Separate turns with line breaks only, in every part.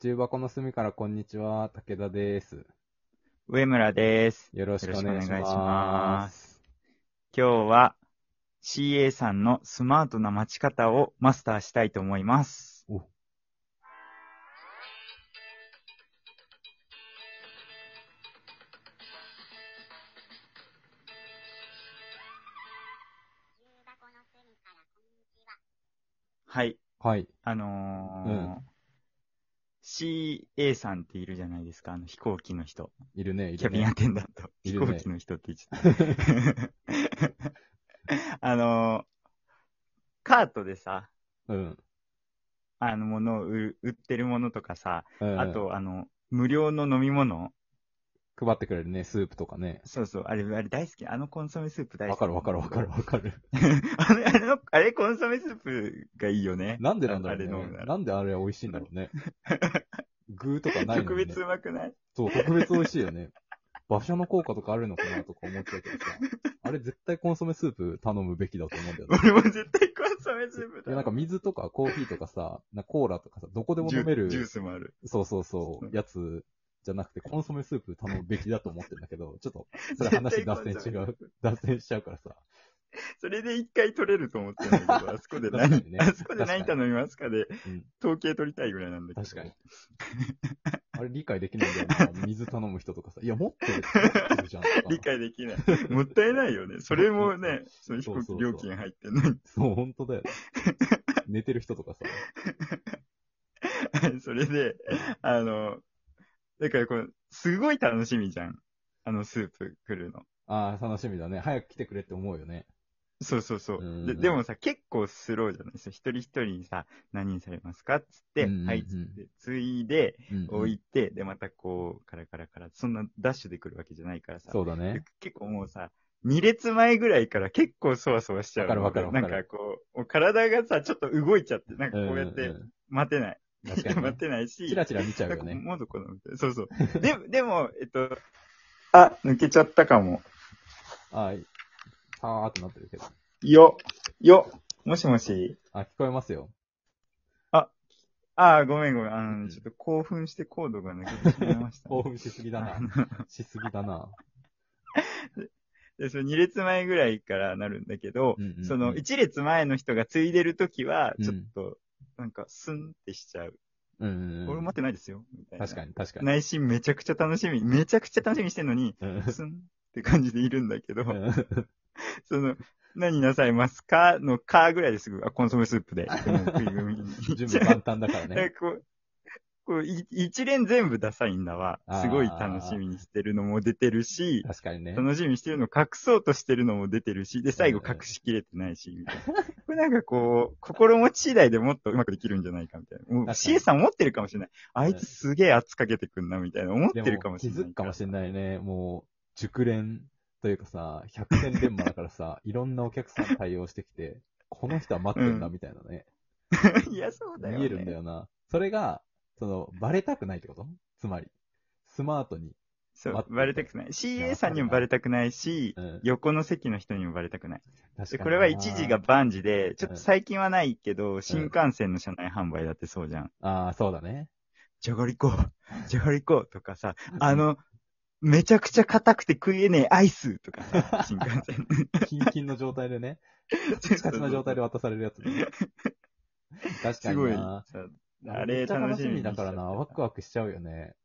重箱の隅からこんにちは、武田です。
上村です。
よろしくお願いし
よろしくお願いし
ま。
ます今日は CA さんのスマートな待ち方をマスターしたいと思います。はい。
はい。
あのー
う
CA さんっているじゃないですか。あの飛行機の人。
いるね、い
キャ
る
ビンア
ね。
テンダント。
い
飛
るね
行機の人って言っちゃった。 あのーカートでさ、
うん。
あの、ものを売る売ってるものとかさ、
うん。
あ、と、あの、無料の飲み物
配ってくれるね、スープとかね。
そうそう、あれ、あれ大好き。あのコンソメスープ大好
わ
き。
かるわかるわかる。わかる。
あれ、あれの、あれコンソメスープがいいよね。
なんでなんだろう
あれ飲む
ね。な
なら。
んであれ美味しいんだろう ね。具とかないの
特
に、ね。
別うまくない
そう、特別美味しいよね。場所の効果とかあるのかなとか思っちゃうけどさ。あれ絶対コンソメスープ頼むべきだと思うんだよね。
俺も絶対コンソメスープ
い
だ。
やなんか水とかコーヒーとかさ、なんかコーラとかさ、どこでも
ジュ
飲める
ジュースもある。
そうそうそう、やつじゃなくて、コンソメスープ頼むべきだと思ってるんだけ ど、ちょっと、それ話脱線違う、脱線しちゃうからさ。
それで一回取れると思って んだけど、あそこで何、
確かにね
あそこで何頼みますかで、
うん
統計取りたいぐらいなんだけど。
確かに。あれ理解できないんだよな。水頼む人とかさ、いや、持ってる持ってるじゃんとか。
理解できない。もったいないよね。それ もね、その飛
そうそう
行
そう
機料金入ってんのに
そう、本当だ よ、ね。寝てる人とかさ。。
それで、あの、だからこれ、すごい楽しみじゃん。あのスープ来るの。
ああ、楽しみだね。早く来てくれって思うよね。
そうそうそうう。
ん
ででもさ、結構スローじゃないですか。一人一人にさ、何にされますかっつって、
うんうんうん
はいっつって、ついで、
うんうん
置いて、で、またこう、カラカラカラ、そんなダッシュで来るわけじゃないからさ。
そうだね。
結構もうさ、2列前ぐらいから結構そわそわしちゃうの。
わかるわかるわかる
なんかこう、もう体がさ、ちょっと動いちゃって、なんか
ん
こ
ん
うや
ん
って待てない。
確かに、ね
待。てないし、
チラチラ見ちゃう
な
よ
んか
ね。
もうどこのみたいな。そ うそう。で、でも、えっと、あ、抜けちゃったかも。
はい。さーってなってるけど。
よ、よ、もしもし。
あ、聞こえますよ。
ああ、ごめんごめん。あ
う
の、
ん
ちょっと興奮してコードが抜けてしまいました、
興奮しすぎだ な。
な。
しすぎだな。
で、その2列前ぐらいからなるんだけど、
うんうんうん
その1列前の人がついでるときは
う、ん
ちょっと、なんか、スンってしちゃう。
うんうんうん。
俺待ってないですよ。みたいな。
確かに、確かに。
内心めちゃくちゃ楽しみ、めちゃくちゃ楽しみにしてん のに、
うん
スンって感じでいるんだけど、
うん
その、何なさいますかのかぐらいですぐ、あ、コンソメスー プで。食い気味に
準備万端だから
なん
ね。
かこう、こうい一連全部ダサいんだわ
あー。
すごい楽しみにしてるのも出てるし、
確かにね。
楽しみにしてるの隠そうとしてるのも出てるし、で、最後
うんうん
隠しきれてないし、みたいな。 これなんかこう、心持ち次第でもっとうまくできるんじゃないか、みたいな。もう
確かに
CA さん思ってるかもしれない。あいつすげえ圧かけてくんな、みたいな。思って
で
る
も
かもし
気
れない
づくかもしれないね。もう、熟練というかさ、100点電話だからさ、 いろんなお客さん対応してきて、この人は待ってんだ
うん
みたいなね。
い。や、そうだよ、ね。
見えるんだよな。それが、その、バレたくないってことつまり、スマートに。
そ
待っ
う
て、
バレたくない。CA さんにもバレたくないし、
うん。
横の席の人にもバレたくない。
確か
で、
に。
これは一時が、万事で、ちょっと最近はないけど、新幹線の車内販売だってそうじゃん。
ああ、そうだね。
じゃがりこ、じゃがりことかさ、 あの、めちゃくちゃ硬くて食えねえアイスと かさ、新幹線。
キンキンの状態で ね、カチカチの状態で渡されるやつね。確か
すご
に
い。
な
さ。あ
め
れ
っちゃ
楽
楽
し
し
み
みだからな、ワクワクしちゃうよね。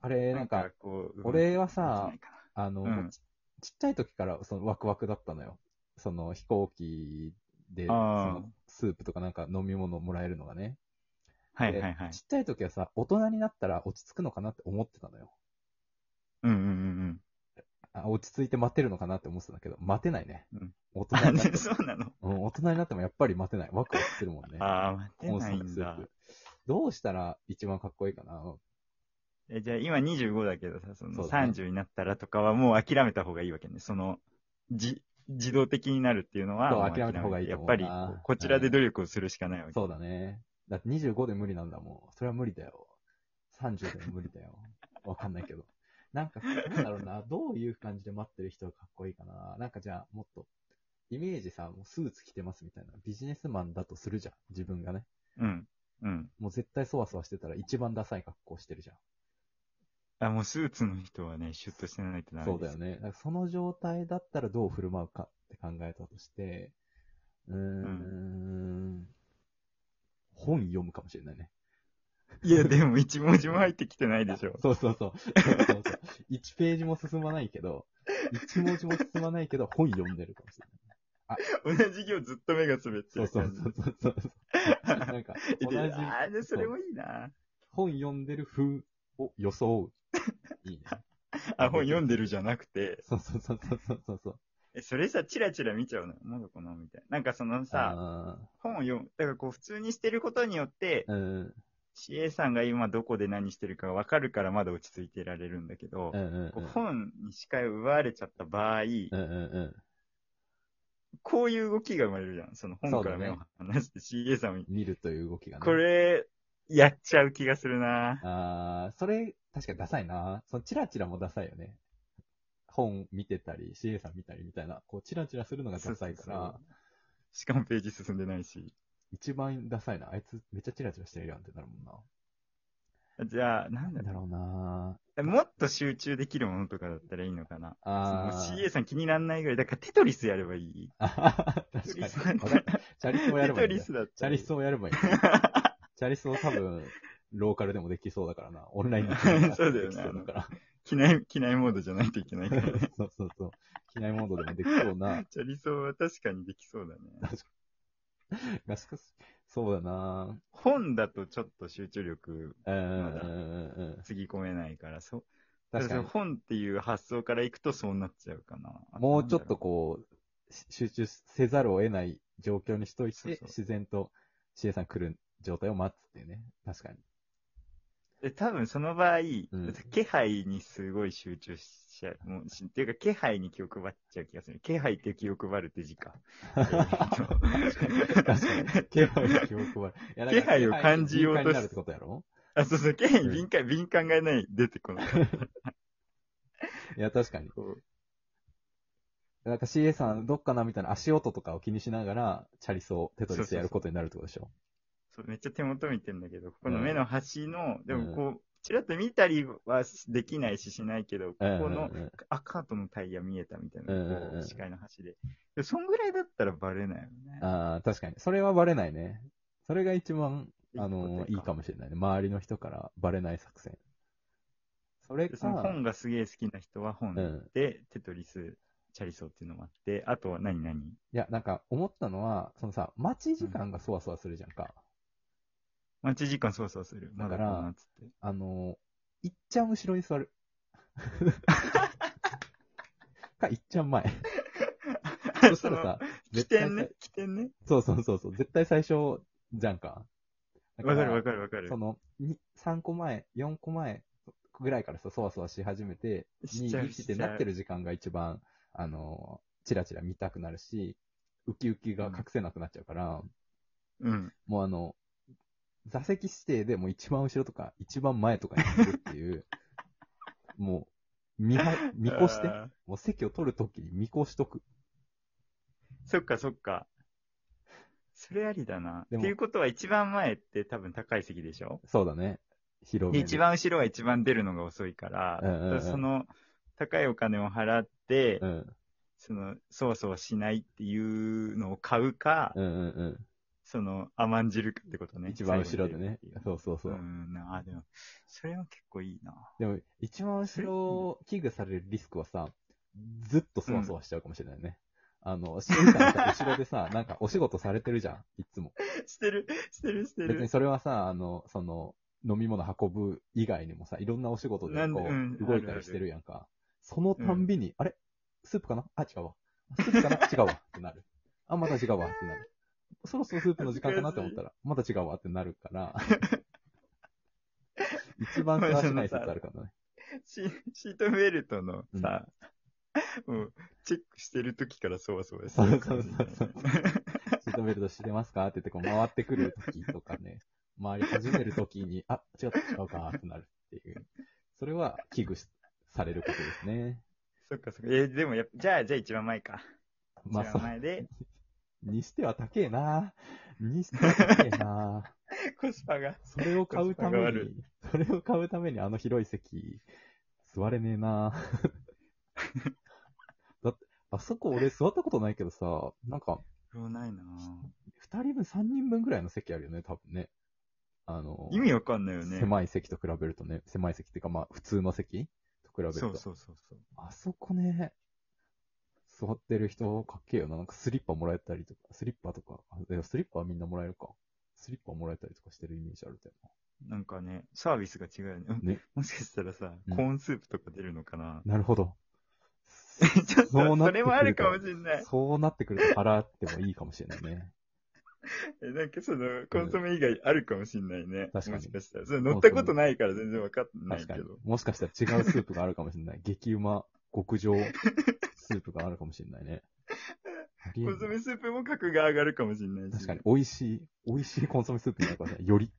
あれ、なんか、、
こう、
俺は
動
さ
いてない、か
あの、
うん
ちちっちゃい時からそのワクワクだったのよ。その飛行機で、そ
あー
のスープとかなんか飲み物もらえるのがね。
なは
で
いはいはい
ち。っちゃい時はさ、大人になったら落ち着くのかなって思ってたのよ。
うんうんうん
あ落ち着いて待てるのかなって思ってたんだけど、待てないね。
うん
大
うん。
人
あ
になって
ね
も、
そうなの
うん、大人になってもやっぱり待てない。ワクワクするもんね。
ああ、待
コ
て
ンソ
な
メ
いん
スー
だ
プ。どうしたら一番かっこいいかな
えじゃあ今25だけどさ、そ
そ
の
うだね
30になったらとかはもう諦めた方がいいわけね。その、じ、自動的になるっていうのは、
そう
もう
諦めた方がいいと
や
思
っ
う
ぱり
な
こう、こちらで努力をするしかないわけ。
そうだね。だって25で無理なんだもん。それは無理だよ。30でも無理だ よ。わかんないけど。なんか、なんだろうな。どういう感じで待ってる人がかっこいいかな。なんかじゃあ、もっと、イメージさ、もうスーツ着てますみたいな。ビジネスマンだとするじゃん。自分がね。
うん。うん。
もう絶対そわそわしてたら一番ダサい格好してるじゃん。
あ、もうスーツの人はね、シュッとしてないとダメ
そ
で
う
す。
だよね。だからその状態だったらどう振る舞うかって考えたとして、うーん、本読むかもしれないね。
いや、でも一文字も入ってきてないでしょ。
そうそうそう。そうそうそう1ページも進まないけど、1文字も進まないけど、本読んでるかもしれない。
同じ行ずっと目が滑って
そう
る
そう
感じ。
そうそうそう。なんか、同じ
いやあーでそれもいいな。
本読んでる風を装う。いいね。
あ、本読んでるじゃなくて、
そうそうそうそうそうそうそう。
え、それさ、チラチラ見ちゃうのまだかなみたいな。なんかそのさ、
あ
本を読む。だからこう、普通にしてることによって、
ー、うん、
CA さんが今どこで何してるかわかるからまだ落ち着いてられるんだけど、
うん、うん、
こう本に視界を奪われちゃった場合、
うん、うん、
こういう動きが生まれるじゃん。その本から目を
そ
離して CA さんを見、
うん。見るという動きがね。
これ、やっちゃう気がするな
あーそれ、確かにダサいな。そのチラチラもダサいよね。本見てたり、CA さん見たりみたいな、こう、チラチラするのがダサいから、
そうそうそうしかもページ進んでないし。
一番ダサいな。あいつめっちゃチラチラしてるやんってなるもんな。
じゃあ、なん
な
だ
んだ
ろ
ろうな。
う。もっと集中できるものとかだったらいいのかな。
あ
その
ー
CA さん気にならないぐらい。だからテトリスやればいい。
あはは確
テトリス
かに。わかるチャリソーや
テ
れば
ト
いい、
リ
ね。
スだっ
チ
た
ャ
らい
リ
い。
ソーやればいい、ね。 チャリソー多分、ローカルでもできそうだからな。オンラインで
そうだよね
できそうだから。
機内、機内モードじゃないといけないから。
そうそうそう。機内モードでもできそうな。
チャリソーは確かにできそうだね。
がしかし、そうだな
本だとちょっと集中力
うんうん
まだ
うんうんうん。
つぎ込めないから、そう。
確かに
だら。その本っていう発想からいくとそうなっちゃうかな。
もうちょっ
なんだ
と
ろ
こう、し集中せざるを得ない状況にしといて、
そうそう
自然と CA さん来る状態を待つっていうね。確かに。
う。で多分その場合、
ん
気配にすごい集中しちゃう。もうしっていうか、気配に気を配っちゃう気がする。気配って気を配るって字か。えー
確かに。気配に気を配る。いやだから
気配を感じようとし
気配になるってことやろ
あ、そうそう、気配に敏感、敏感がない、出てこ ない。
いや、確かに。
こう
なんか CA さん、どっかなみたいな足音とかを気にしながら、チャリソー、テトリスやることになるってことでしょ
そうめっちゃ手元見てんだけど、ここの目の端の、で
うん
もこう、ちらっと見たりはできないししないけど、ここ
うんうんうん
の、あ、カートのタイヤ見えたみたいな、
うんうんうん
こう視界の端で。でそんぐらいだったらバレないよね。
ああ、確かに。それはバレないね。それが一番、あの、
って
いういかもしれないね。周りの人からバレない作戦。それ
でその
か、
本がすげえ好きな人は本
うん。
で、テトリス、チャリソーっていうのもあって、あとは何何
いや、なんか、思ったのは、そのさ、待ち時間がそわそわするじゃんか。
待ち時間そうそうする。まだか
だから
なっつって。
あの、いっちゃん後ろに座 る。か、いっちゃん前。 そしたらさ、
起
絶対
点ね、起点ね。
そうそうそうそう、絶対最初じゃんか。だ
わ
ら
かるわかるわかる
そ。の、に3個前、4個前ぐらいからさ、そわそわし始めて、
しちゃう
に
しちゃ
っ
う
てなってる時間が一番、あの、チラチラ見たくなるし、ウキウキが隠せなくなっちゃうから、
うん。
もうあの、座席指定でもう一番後ろとか、一番前とかに行くっていう、 もう、見は、見越して、
あー
もう席を取るときに見越しとく。
そっかそっか。それありだな。
で
っ
も
ていうことは一番前って多分高い席でしょ
そうだね。広
で
めに
一、番後ろは一番出るのが遅いから、
うんうんうん
その高いお金を払って、
うん、
その、そわそわしないっていうのを買うか、
うんうんうん。
その、甘んじるかってことね。
一番後ろでね
最後に出るってい。
そうそうそうう。
ん、あ、でも、それも結構いいな。
でも、一番後ろを危惧されるリスクはさ、ずっとそわそわしちゃうかもしれないね。あの、シンさんが後ろでさ、なんかお仕事されてるじゃん、いつも。
してる、してる、して
別に
る。
それはさ、あの、その、飲み物運ぶ以外にもさ、いろんなお仕事で
なん
こ
でうん
う、動いたりしてるやんか。そのたんびに、あれスープかなあ、違うわ。あスープ かな違うわってなる。あ、また違うわってなる。そろそろスープの時間かなって思った ら、また違うわってなるから。一番そわしない説あるからね。
シシートベルトのさ、 もう、チェックしてる時からそわそわしてる感じだよね。
そうそうそうシートベルトしてますかって言って、こう回ってくる時とかね、回り始める時に、あ、違った、違うか、ってなるっていう。それは危惧しされることですね。
そっかそっか。えーでもやっぱ、じゃあ、じゃあ一番前か。
まあ、
一
そ
番
う
前で、
にしては高えな。にしては高えな。
コスパが。
それを買うため
コスパが
に
悪、
それを買うためにあの広い席、座れねえ なだって、あそこ俺座ったことないけどさ、なんか、
それはないなぁ
二人分、三人分ぐらいの席あるよね、多分ね。あの、
意味わかんないよね。
狭い席と比べるとね、狭い席っていうかまあ普通の席と比べると。
そうそうそうそう。
あそこね、座ってる人かっけえよな。なんかスリッパもらえたりとか、スリッパとか、あいやスリッパはみんなもらえるか。スリッパもらえたりとかしてるイメージあるけど
なんかね、サービスが違うよね。うん
ね
もしかしたらさ、
うん
コーンスープとか出るのかな
なるほど。
ちょっと、
そうなっ
そ
て
れ
くると
もあるかもしれない。
そうなってくると払ってもいいかもしれないね。
えなんかその、コンソメ以外あるかもしれないね。
確かに
もしかしたら。それ乗ったことないから全然わかんな
確
いけ
かに
ど。。
もしかしたら違うスープがあるかもし れない。激うま、極上スープがあるかもしれないね。ありえな
コ
い
ンソメスープも格が上がるかもしれないし。
確かに。美味しい、美味しいコンソメスープになるかもしれない。より、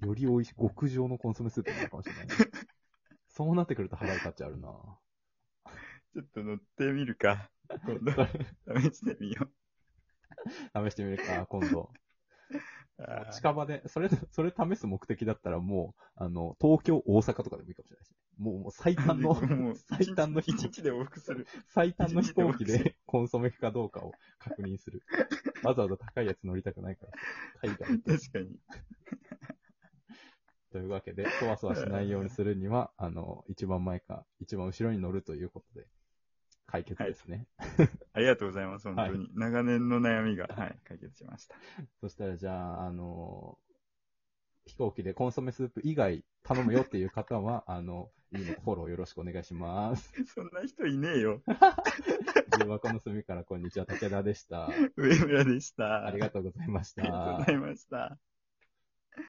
より美味しい、極上のコンソメスープになるかもしれない ね。そうなってくると払い価値あるな
ちょっと乗ってみるか。今度、試してみよ
試してみるか、今度。
う。あー
近場で、それ、それ試す目的だったらもう、あの、東京、大阪とかでもいいかもしれないし。もう、もう最短の
もう、
最短の飛
一
行
日で往復する。
最短の飛行機でコンソメかどうかを確認する。わざわざ高いやつ乗りたくないから、海外
確
行って。
かに。
というわけで、そわそわしないようにするには、あの、一番前か、一番後ろに乗るということで、解決ですね。
ありがとうございます、本当に。長年の悩みが、はい、解決しました。
そしたら、じゃあ、あの、飛行機でコンソメスープ以外頼むよっていう方は、 あの、いいね、フォローよろしくお願いします。
そんな人いねえよ。
重箱の隅からこんにちは、武田でした。
上村でした。
ありがとうございまし
ありがとう
た
ござ。いました。